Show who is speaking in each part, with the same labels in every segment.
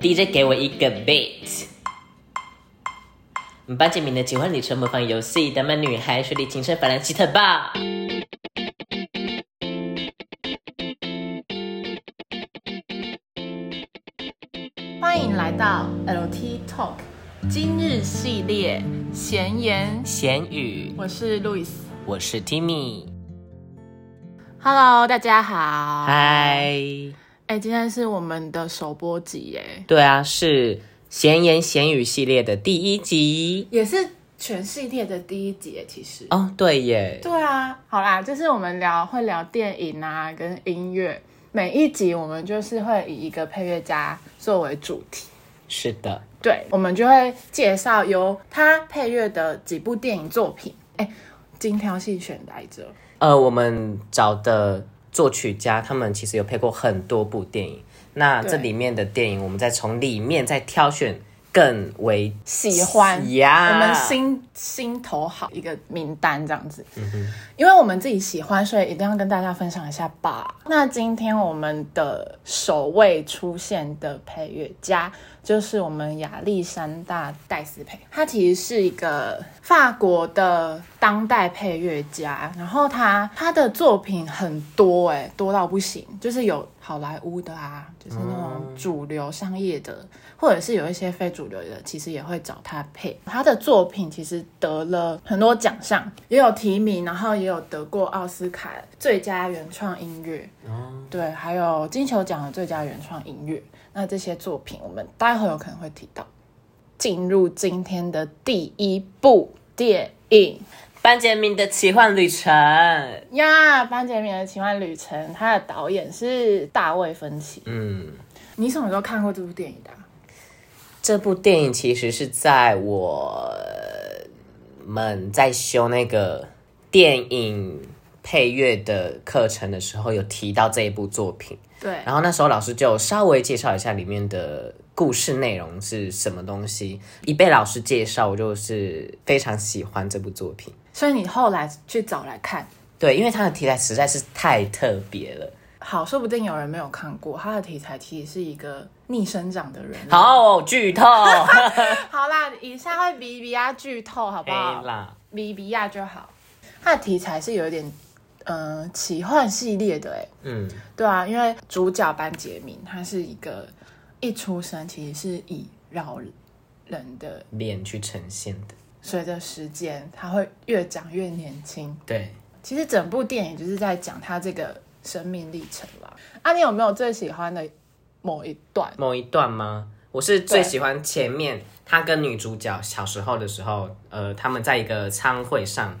Speaker 1: DJ 给我一个 beat。八戒明的请问你曾模仿游戏《丹麦女孩》水里情深法兰西特吧？
Speaker 2: 欢迎来到 LT Talk，今日系列闲言，
Speaker 1: 咸鱼，
Speaker 2: 我是 Louis。
Speaker 1: 我是 Timmy。
Speaker 2: Hello，大家好。
Speaker 1: 嗨，
Speaker 2: 哎、今天是我们的首播集耶，
Speaker 1: 对啊，是闲言闲语系列的第一集。
Speaker 2: 也是全系列的第一集耶，其实。
Speaker 1: 哦，对耶，
Speaker 2: 对啊，好啦，就是我们聊会聊电影啊，跟音乐。每一集我们就是会以一个配乐家作为主题，
Speaker 1: 是的，
Speaker 2: 对，我们就会介绍由他配乐的几部电影作品。哎、精挑细选来着。
Speaker 1: 呃，我们找的作曲家，他们其实有配过很多部电影。那
Speaker 2: 对
Speaker 1: 这里面的电影，我们再从里面再挑选更为
Speaker 2: 喜欢，
Speaker 1: 呀
Speaker 2: 我们心心头好一个名单这样子。因为我们自己喜欢，所以一定要跟大家分享一下吧。那今天我们的首位出现的配乐家就是我们亚历山大戴斯培，他其实是一个法国的当代配乐家，然后他他的作品很多哎、多到不行，就是有好莱坞的啊，就是那种主流商业的，或者是有一些非主流的，其实也会找他配。他的作品其实得了很多奖项，也有提名，然后也有得过奥斯卡最佳原创音乐，对，还有金球奖的最佳原创音乐。那这些作品，我们待会有可能会提到。进入今天的第一部电影
Speaker 1: 班杰明的奇幻旅程。
Speaker 2: 呀，《班杰明的奇幻旅程》，它的导演是大卫·芬奇。
Speaker 1: 嗯，
Speaker 2: 你什么时候看过这部电影的啊、
Speaker 1: 这部电影其实是在我呃们在修那个电影配乐的课程的时候，有提到这一部作品。
Speaker 2: 对，
Speaker 1: 然后那时候老师就稍微介绍一下里面的故事内容是什么东西。一被老师介绍，我就是非常喜欢这部作品。
Speaker 2: 所以你后来去找来看。
Speaker 1: 对，因为它的题材实在是太特别了。
Speaker 2: 好，说不定有人没有看过，它的题材其实是一个逆生长的人。，
Speaker 1: 好，剧透，
Speaker 2: 好啦，以下会比比亚剧透，好不
Speaker 1: 黑
Speaker 2: 好？
Speaker 1: 啦，
Speaker 2: 比比亚就好。它的题材是有一点，呃，奇幻系列的、欸，
Speaker 1: 嗯，
Speaker 2: 对啊，因为主角班杰明他是一个一出生其实是以饶人的，
Speaker 1: 脸去呈现的，
Speaker 2: 随着时间他会越长越年轻。
Speaker 1: 对。
Speaker 2: 其实整部电影就是在讲他这个生命历程啦。啊，你有没有最喜欢的某一段？
Speaker 1: 某一段吗？我是最
Speaker 2: 对
Speaker 1: 喜欢前面他跟女主角小时候的时候，呃，他们在一个餐会上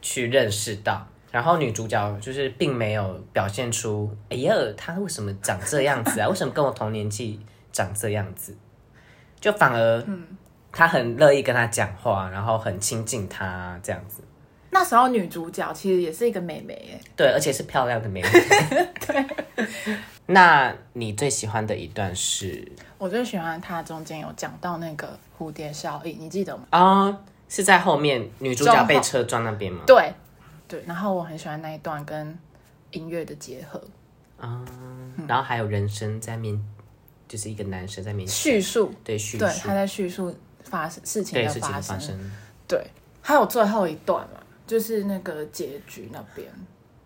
Speaker 1: 去认识到，然后女主角就是并没有表现出，哎呀，她为什么长这样子啊？为什么跟我同年纪长这样子？就反而，她很乐意跟她讲话，然后很亲近她这样子。
Speaker 2: 那时候女主角其实也是一个妹妹耶、
Speaker 1: 对，而且是漂亮的美女。 对，那你最喜欢的一段是？
Speaker 2: 我最喜欢她中间有讲到那个蝴蝶效应，你记得吗？
Speaker 1: 啊、是在后面女主角被车撞那边吗？
Speaker 2: 对，对。然后我很喜欢那一段跟音乐的结合
Speaker 1: 啊、
Speaker 2: 嗯
Speaker 1: 然后还有人生在面，就是一个男生在面
Speaker 2: 叙述，
Speaker 1: 对叙述
Speaker 2: 对，，他在叙述发生事情
Speaker 1: 对
Speaker 2: 的
Speaker 1: 事情的
Speaker 2: 发
Speaker 1: 发
Speaker 2: 生，
Speaker 1: 生。
Speaker 2: 对，还有最后一段嘛，就是那个结局那边，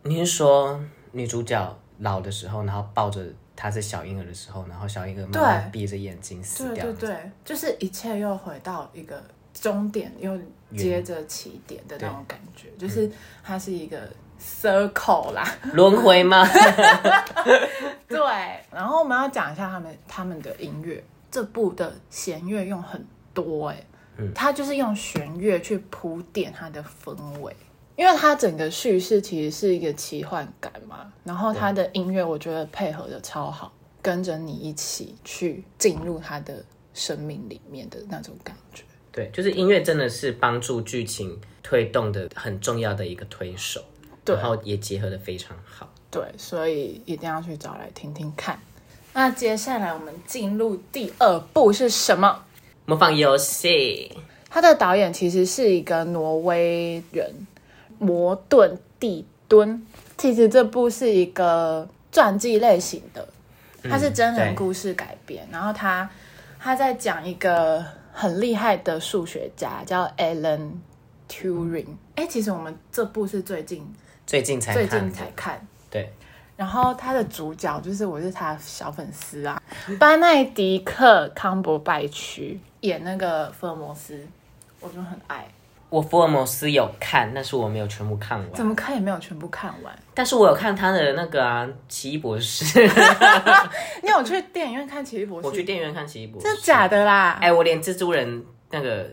Speaker 1: 你是说女主角老的时候，然后抱着她是小婴儿的时候，然后小婴儿慢慢闭着眼睛死
Speaker 2: 对
Speaker 1: 掉
Speaker 2: 对，对，就是一切又回到一个终点，又接着起点的那种感觉，就是它是一个 circle 啦，
Speaker 1: 轮回吗？
Speaker 2: 对。然后我们要讲一下他们他们的音乐，这部的弦乐用很多哎、
Speaker 1: 嗯
Speaker 2: 它就是用弦乐去铺垫它的氛围。因为它整个叙事其实是一个奇幻感嘛，然后它的音乐我觉得配合的超好，跟着你一起去进入他的生命里面的那种感觉。
Speaker 1: 对，就是音乐真的是帮助剧情推动的很重要的一个推手，
Speaker 2: 对
Speaker 1: 然后也结合的非常好。
Speaker 2: 对，所以一定要去找来听听看。那接下来我们进入第二部是什么？
Speaker 1: 模仿游戏，
Speaker 2: 他的导演其实是一个挪威人，摩顿蒂敦。其实这部是一个传记类型的，它是真人
Speaker 1: 嗯对
Speaker 2: 故事改编。然后他他在讲一个很厉害的数学家叫 Alan Turing。哎、其实我们这部是最近
Speaker 1: 最近才
Speaker 2: 最
Speaker 1: 看
Speaker 2: 近
Speaker 1: 的
Speaker 2: 才看。
Speaker 1: 对，
Speaker 2: 然后他的主角就是我是他的小粉丝啊， 班奈迪克·康伯拜区演那个福尔摩斯，我就很爱，
Speaker 1: 我福尔摩斯有看，但是我没有全部看完。
Speaker 2: 怎么看也没有全部看完。
Speaker 1: 但是我有看他的那个啊《奇异博士》，
Speaker 2: 你有去电影院看《奇异博士》？
Speaker 1: 我去电影院看《奇异博士》，
Speaker 2: 真的假的啦？
Speaker 1: 哎，我连蜘蛛人那个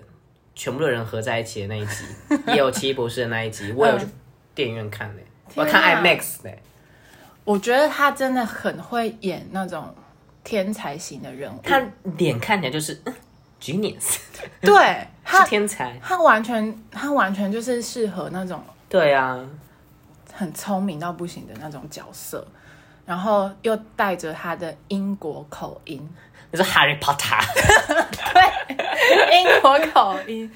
Speaker 1: 全部的人合在一起的那一集，也有奇异博士的那一集，我有去电影院看呢、我
Speaker 2: 嗯天啊
Speaker 1: 看 IMAX 呢、
Speaker 2: 我觉得他真的很会演那种天才型的人物，
Speaker 1: 他脸看起来就是、嗯、genius，
Speaker 2: 对
Speaker 1: 是
Speaker 2: 他
Speaker 1: 天才。
Speaker 2: 他完全他完全就是适合那种
Speaker 1: 对啊，
Speaker 2: 很聪明到不行的那种角色，然后又带着他的英国口音。
Speaker 1: 你说 Harry Potter，
Speaker 2: 英国口音。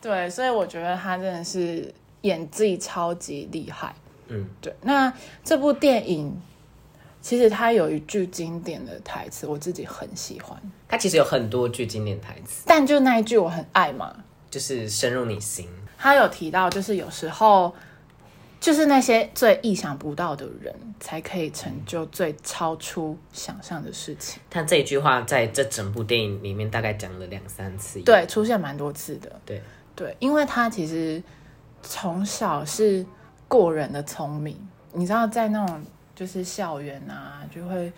Speaker 2: 对，所以我觉得他真的是演技超级厉害。
Speaker 1: 嗯，
Speaker 2: 对。那这部电影其实它有一句经典的台词，我自己很喜欢，
Speaker 1: 他其实有很多句经典台词，
Speaker 2: 但就那一句我很爱嘛。
Speaker 1: 就是深入你心。
Speaker 2: 他有提到，就是有时候就是那些最意想不到的人，才可以成就最超出想象的事情。
Speaker 1: 他这一句话在这整部电影里面大概讲了两三次。
Speaker 2: 对，出现蛮多次的。
Speaker 1: 对，
Speaker 2: 对，因为他其实从小是过人的聪明，你知道，在那种就是校园啊，就会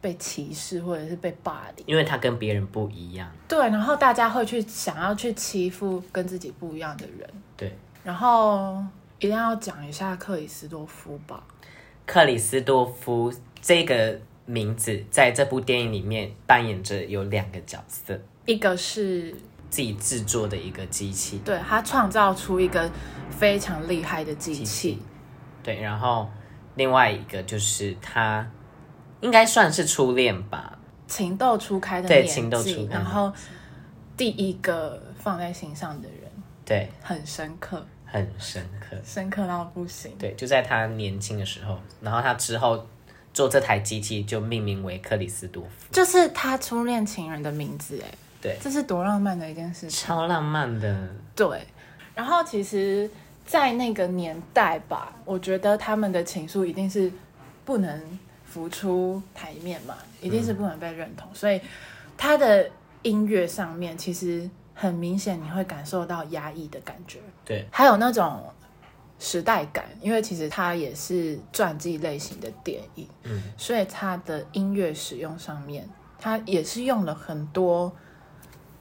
Speaker 2: 被歧视或者是被霸凌。
Speaker 1: 因为他跟别人不一样。
Speaker 2: 对，然后大家会去想要去欺负跟自己不一样的人，
Speaker 1: 对，
Speaker 2: 然后一定要讲一下克里斯多夫吧。
Speaker 1: 克里斯多夫这个名字在这部电影里面扮演着有两个角色，
Speaker 2: 一个是
Speaker 1: 自己制作的一个机器。
Speaker 2: 对他创造出一个非常厉害的机
Speaker 1: 机
Speaker 2: 器
Speaker 1: 器，对，然后另外一个就是他应该算是初恋吧，
Speaker 2: 情窦初开的
Speaker 1: 对
Speaker 2: 年纪，
Speaker 1: 情窦初开
Speaker 2: 然后第一个放在心上的人
Speaker 1: 对，
Speaker 2: 很深刻，
Speaker 1: 很深刻。
Speaker 2: 深刻到不行。
Speaker 1: 对，就在他年轻的时候，然后他之后做这台机器就命名为克里斯多夫，
Speaker 2: 就是他初恋情人的名字，哎，
Speaker 1: 对，
Speaker 2: 这是多浪漫的一件事情。
Speaker 1: 超浪漫的。
Speaker 2: 对，然后其实，在那个年代吧，我觉得他们的情愫一定是不能浮出台面嘛，一定是不能被认
Speaker 1: 嗯
Speaker 2: 同，所以他的音乐上面其实很明显，你会感受到压抑的感觉。
Speaker 1: 对，
Speaker 2: 还有那种时代感，因为其实它也是传记类型的电影，
Speaker 1: 嗯，
Speaker 2: 所以它的音乐使用上面，它也是用了很多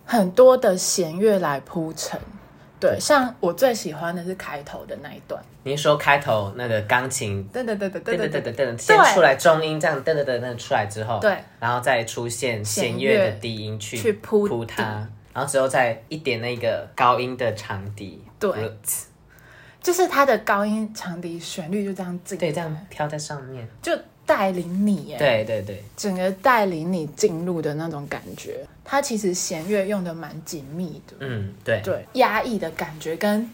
Speaker 2: 很多的弦乐来铺陈。对，像我最喜欢的是开头的那一段，
Speaker 1: 你说开头那个钢琴
Speaker 2: 对对对对
Speaker 1: 噔
Speaker 2: 对
Speaker 1: 噔
Speaker 2: 对
Speaker 1: 噔
Speaker 2: 对，
Speaker 1: 噔噔，先出来中音，这样噔噔噔噔出来之后，
Speaker 2: 对，
Speaker 1: 然后再出现弦
Speaker 2: 弦
Speaker 1: 乐
Speaker 2: 乐
Speaker 1: 的低音去
Speaker 2: 去铺
Speaker 1: 铺
Speaker 2: 底
Speaker 1: 它，然后之后再一点那个高音的长笛，
Speaker 2: 对
Speaker 1: roots，
Speaker 2: 就是它的高音长笛旋律就这样进，
Speaker 1: 对，这样飘在上面，
Speaker 2: 就带领你耶，
Speaker 1: 对对对，
Speaker 2: 整个带领你进入的那种感觉。它其实弦乐用的蛮紧密的，
Speaker 1: 嗯对，
Speaker 2: 对压抑的感觉跟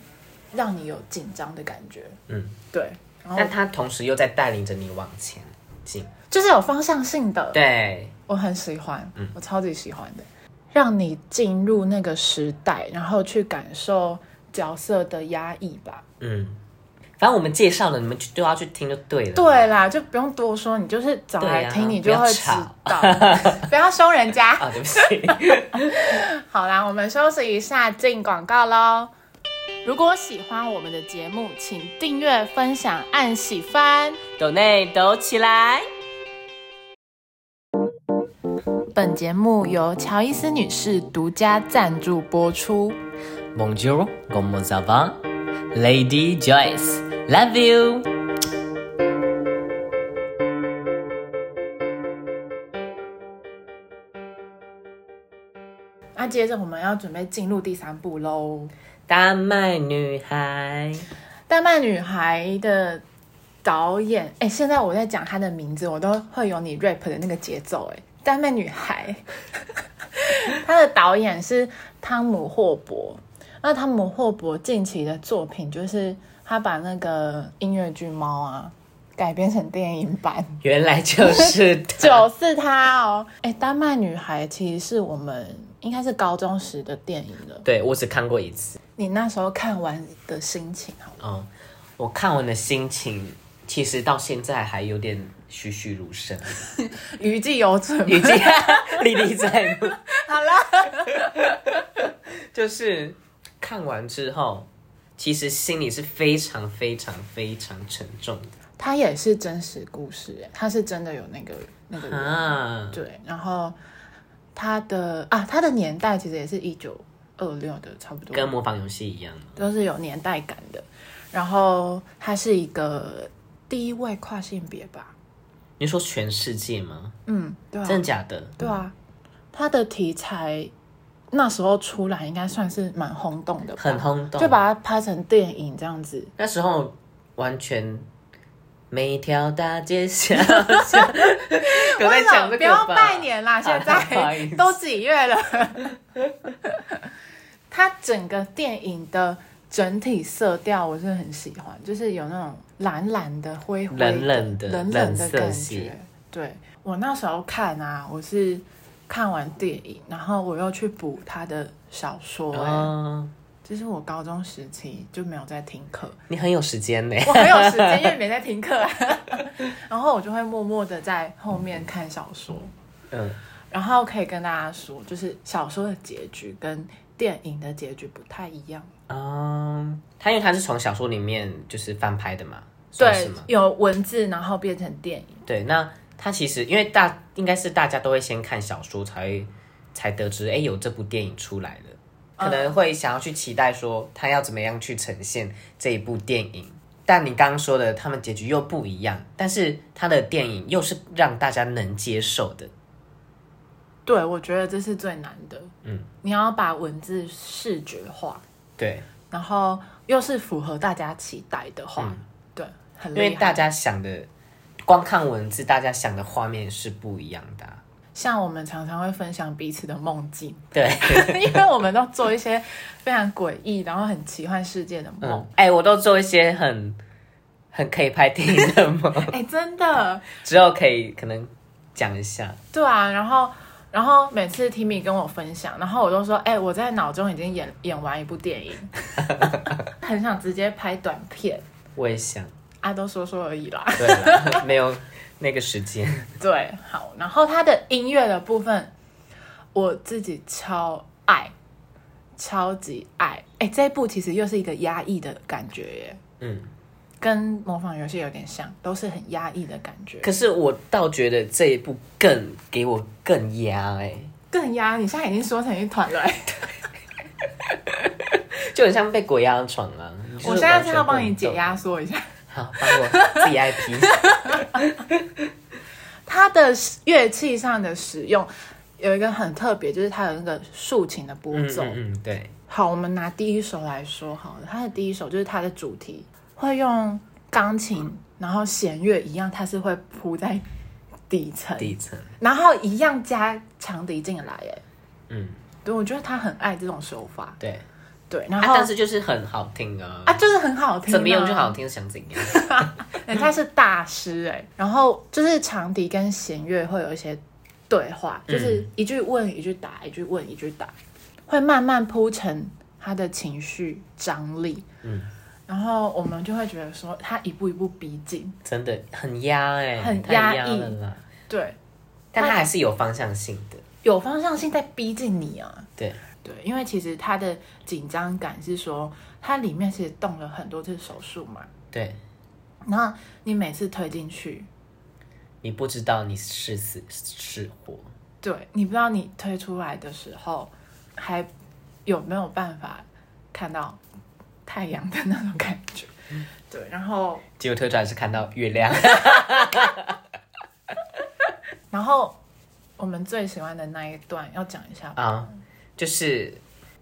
Speaker 2: 让你有紧张的感觉，
Speaker 1: 嗯，
Speaker 2: 对，然后
Speaker 1: 但它同时又在带领着你往前进，
Speaker 2: 就是有方向性的，
Speaker 1: 对，
Speaker 2: 我很喜欢，
Speaker 1: 嗯
Speaker 2: 我超级喜欢的，让你进入那个时代，然后去感受角色的压抑吧。
Speaker 1: 嗯，反正我们介绍了，你们去都要去听就对了，
Speaker 2: 对啦，就不用多说，你就是找
Speaker 1: 对
Speaker 2: 来
Speaker 1: 啊
Speaker 2: 听，你
Speaker 1: 不
Speaker 2: 就
Speaker 1: 要
Speaker 2: 会知
Speaker 1: 吵
Speaker 2: 道， 不要凶人家。
Speaker 1: 啊，对不起。
Speaker 2: 好啦，我们休息一下，进广告喽。如果喜欢我们的节目，请订阅、分享、按喜欢。
Speaker 1: 抖内抖起来。
Speaker 2: 本节目由乔伊斯女士独家赞助播出。
Speaker 1: Bonjour, comment ça va? Lady Joyce, love you.
Speaker 2: 那接着我们要准备进入第三部喽。
Speaker 1: 丹麦女孩，
Speaker 2: 丹麦女孩的导演，哎、现在我在讲她 的名字，我都会有你 rap 的那个节奏、哎，丹麦女孩，它的导演是汤姆·霍伯。那汤姆·霍伯近期的作品就是他把那个音乐剧《猫》啊改编成电影版，
Speaker 1: 原来就是的
Speaker 2: 就是他哦。哎，《丹麦女孩》其实是我们应该是高中时的电影了。
Speaker 1: 对我只看过一次。
Speaker 2: 你那时候看完的心情好 吗？
Speaker 1: 嗯，我看完的心情其实到现在还有点栩栩如生，
Speaker 2: 余悸犹存吗。
Speaker 1: 已 经历历在目。
Speaker 2: 好了，
Speaker 1: 就是看完之后，其实心里是非常非常非常沉重的
Speaker 2: 它也是真实故事耶，它是真的有那个那个人。
Speaker 1: 啊。
Speaker 2: 对，然后他的啊，他的年代其实也是一九二六的，差不多，
Speaker 1: 跟模仿游戏一样，
Speaker 2: 都是有年代感的。然后他是一个第一位跨性别吧？
Speaker 1: 你说全世界吗？
Speaker 2: 嗯，对
Speaker 1: 真
Speaker 2: 啊
Speaker 1: 的，假的？
Speaker 2: 对啊，他的题材那时候出来应该算是蛮轰动的吧，
Speaker 1: 很轰动
Speaker 2: 就把它拍成电影这样子。
Speaker 1: 那时候完全每条大街小巷， 有在讲这
Speaker 2: 不要
Speaker 1: 个吧？
Speaker 2: 拜年啦，现
Speaker 1: 啊 不好
Speaker 2: 在
Speaker 1: 意思
Speaker 2: 都几月了？ 它整个电影的整体色调我是很喜欢，就是有那种蓝蓝的、灰灰
Speaker 1: 冷冷的
Speaker 2: 冷冷的
Speaker 1: 冷色
Speaker 2: 感觉
Speaker 1: 系。
Speaker 2: 对我那时候看啊，我是看完电影，然后我又去补他的小说、欸，
Speaker 1: 哦，
Speaker 2: 这是我高中时期就没有在听课，
Speaker 1: 你很有时间呢。
Speaker 2: 我很有时间，因为没在听课、啊， 然后我就会默默的在后面看小说。
Speaker 1: 嗯，
Speaker 2: 然后可以跟大家说，就是小说的结局跟电影的结局不太一样。
Speaker 1: 哦，他因为他是从小说里面就是翻拍的嘛，算是
Speaker 2: 对
Speaker 1: 吗，？
Speaker 2: 有文字，然后变成电影。
Speaker 1: 对，那他其实因为大应该是大家都会先看小说才会才得知，哎，有这部电影出来了，
Speaker 2: 嗯
Speaker 1: 可能会想要去期待说他要怎么样去呈现这一部电影。但你刚刚说的，他们结局又不一样，但是他的电影又是让大家能接受的，
Speaker 2: 对，我觉得这是最难的。
Speaker 1: 嗯，
Speaker 2: 你要把文字视觉化，
Speaker 1: 对，
Speaker 2: 然后又是符合大家期待的话，
Speaker 1: 嗯
Speaker 2: 对，很
Speaker 1: 因
Speaker 2: 厉害。
Speaker 1: 为大家想的光看文字，大家想的画面是不一样的啊、
Speaker 2: 像我们常常会分享彼此的梦 境，
Speaker 1: 对，
Speaker 2: 因为我们都做一些非常诡异，然后很奇幻世界的梦。
Speaker 1: 嗯，哎、我都做一些很很可以拍电影的梦，
Speaker 2: 哎、真的，
Speaker 1: 之后可以可能讲一下。
Speaker 2: 对啊，然后然后每次 Timmy 跟我分享，然后我都说，哎、我在脑中已经演演完一部 电影，很想直接拍短片，
Speaker 1: 我也想，
Speaker 2: 啊，都说说而已啦。
Speaker 1: 对啦， 没有那个时间。
Speaker 2: 对，好，然后它的音乐的部分，我自己超爱，超级爱。哎、这一部其实又是一个压抑的感觉耶，
Speaker 1: 嗯，
Speaker 2: 跟模仿游戏有点像，都是很压抑的感觉。
Speaker 1: 可是我倒觉得这一部更给我更压哎、
Speaker 2: 更压，你现在已经缩成一团了耶。哎
Speaker 1: 就很像被鬼压床啊。就是
Speaker 2: 我现在
Speaker 1: 完
Speaker 2: 是
Speaker 1: 全
Speaker 2: 要帮你
Speaker 1: 不
Speaker 2: 解
Speaker 1: 能动，
Speaker 2: 压缩一下。
Speaker 1: 好，帮我 VIP。
Speaker 2: 它的乐器上的使用有一个很特别，就是它有那个竖琴的拨
Speaker 1: 嗯
Speaker 2: 奏。
Speaker 1: 嗯嗯，对，
Speaker 2: 好，我们拿第一首来说好了，它的第一首就是它的主题会用钢琴，然后弦乐一样，它是会铺在底层，
Speaker 1: 底层，
Speaker 2: 然后一样加长笛进来。哎，
Speaker 1: 嗯，
Speaker 2: 对，我觉得他很爱这种手法。
Speaker 1: 对。
Speaker 2: 对，然
Speaker 1: 啊，
Speaker 2: 后
Speaker 1: 但是就是很好听啊。
Speaker 2: 啊，就是很好听、啊，
Speaker 1: 怎么样就好听，想怎样。
Speaker 2: 人家哎是大师哎、然后就是长笛跟弦乐会有一些对话，就是一句问一句答，一句问一句答，会慢慢铺成他的情绪张力。
Speaker 1: 嗯，
Speaker 2: 然后我们就会觉得说他一步一步逼近，
Speaker 1: 真的很压哎、
Speaker 2: 很
Speaker 1: 太
Speaker 2: 压
Speaker 1: 压
Speaker 2: 抑
Speaker 1: 了啦。
Speaker 2: 对，
Speaker 1: 但它还是有方向性的，
Speaker 2: 有方向性在逼近你啊。
Speaker 1: 对
Speaker 2: 对，因为其实他的紧张感是说，它里面其实动了很多次手术嘛，
Speaker 1: 对，
Speaker 2: 然后你每次推进去，
Speaker 1: 你不知道你是死是活，
Speaker 2: 对你不知道你推出来的时候还有没有办法看到太阳的那种感觉。对，然后
Speaker 1: 结果推出来是看到月亮。
Speaker 2: 然后我们最喜欢的那一段要讲一下吧。
Speaker 1: 啊、就是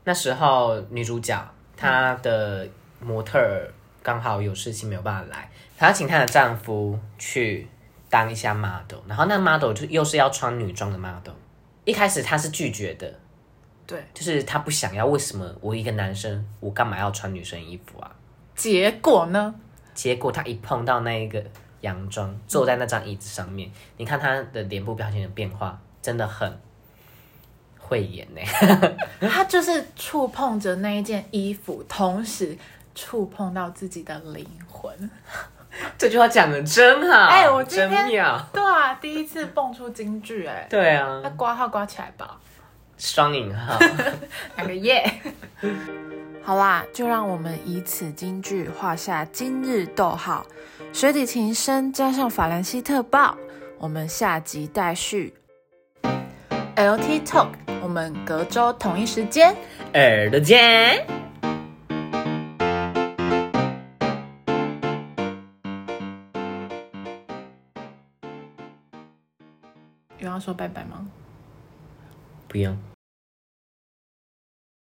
Speaker 1: 那时候女主角她的模特儿刚好有事情没有办法来，她请她的丈夫去当一下 model，然后那 model 就又是要穿女装的 model，一开始她是拒绝的，
Speaker 2: 对，
Speaker 1: 就是他不想要，为什么我一个男生，我干嘛要穿女生衣服啊？
Speaker 2: 结果呢？
Speaker 1: 结果他一碰到那一个洋装，坐在那张椅子上面，你看他的脸部表情的变化，真的很欸慧眼呢、
Speaker 2: 他就是触碰着那一件衣服，同时触碰到自己的灵魂。
Speaker 1: 这句话讲的真好，
Speaker 2: 哎我今
Speaker 1: 真
Speaker 2: 天
Speaker 1: 妙。
Speaker 2: 对啊，第一次蹦出京剧、哎，
Speaker 1: 对啊
Speaker 2: 那，挂号挂起来吧，
Speaker 1: 双引 号。
Speaker 2: 来个耶！ 好啦，就让我们以此京剧画下今日逗号。水底情深加上法兰西特报，我们下集待续。LT Talk，我们隔周同一时间。
Speaker 1: 耳朵尖。
Speaker 2: 有要说拜拜吗？
Speaker 1: 不用。